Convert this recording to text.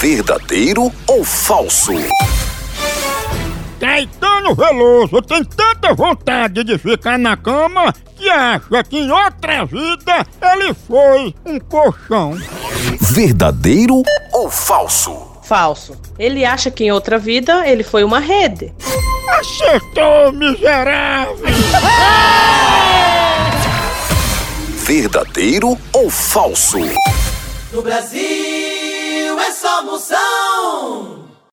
verdadeiro ou falso? Caetano Veloso tem tanta vontade de ficar na cama que acha que em outra vida ele foi um colchão. Verdadeiro ou falso? Falso. Ele acha que em outra vida ele foi uma rede. Acertou, miserável! Verdadeiro ou falso? No Brasil é só moção.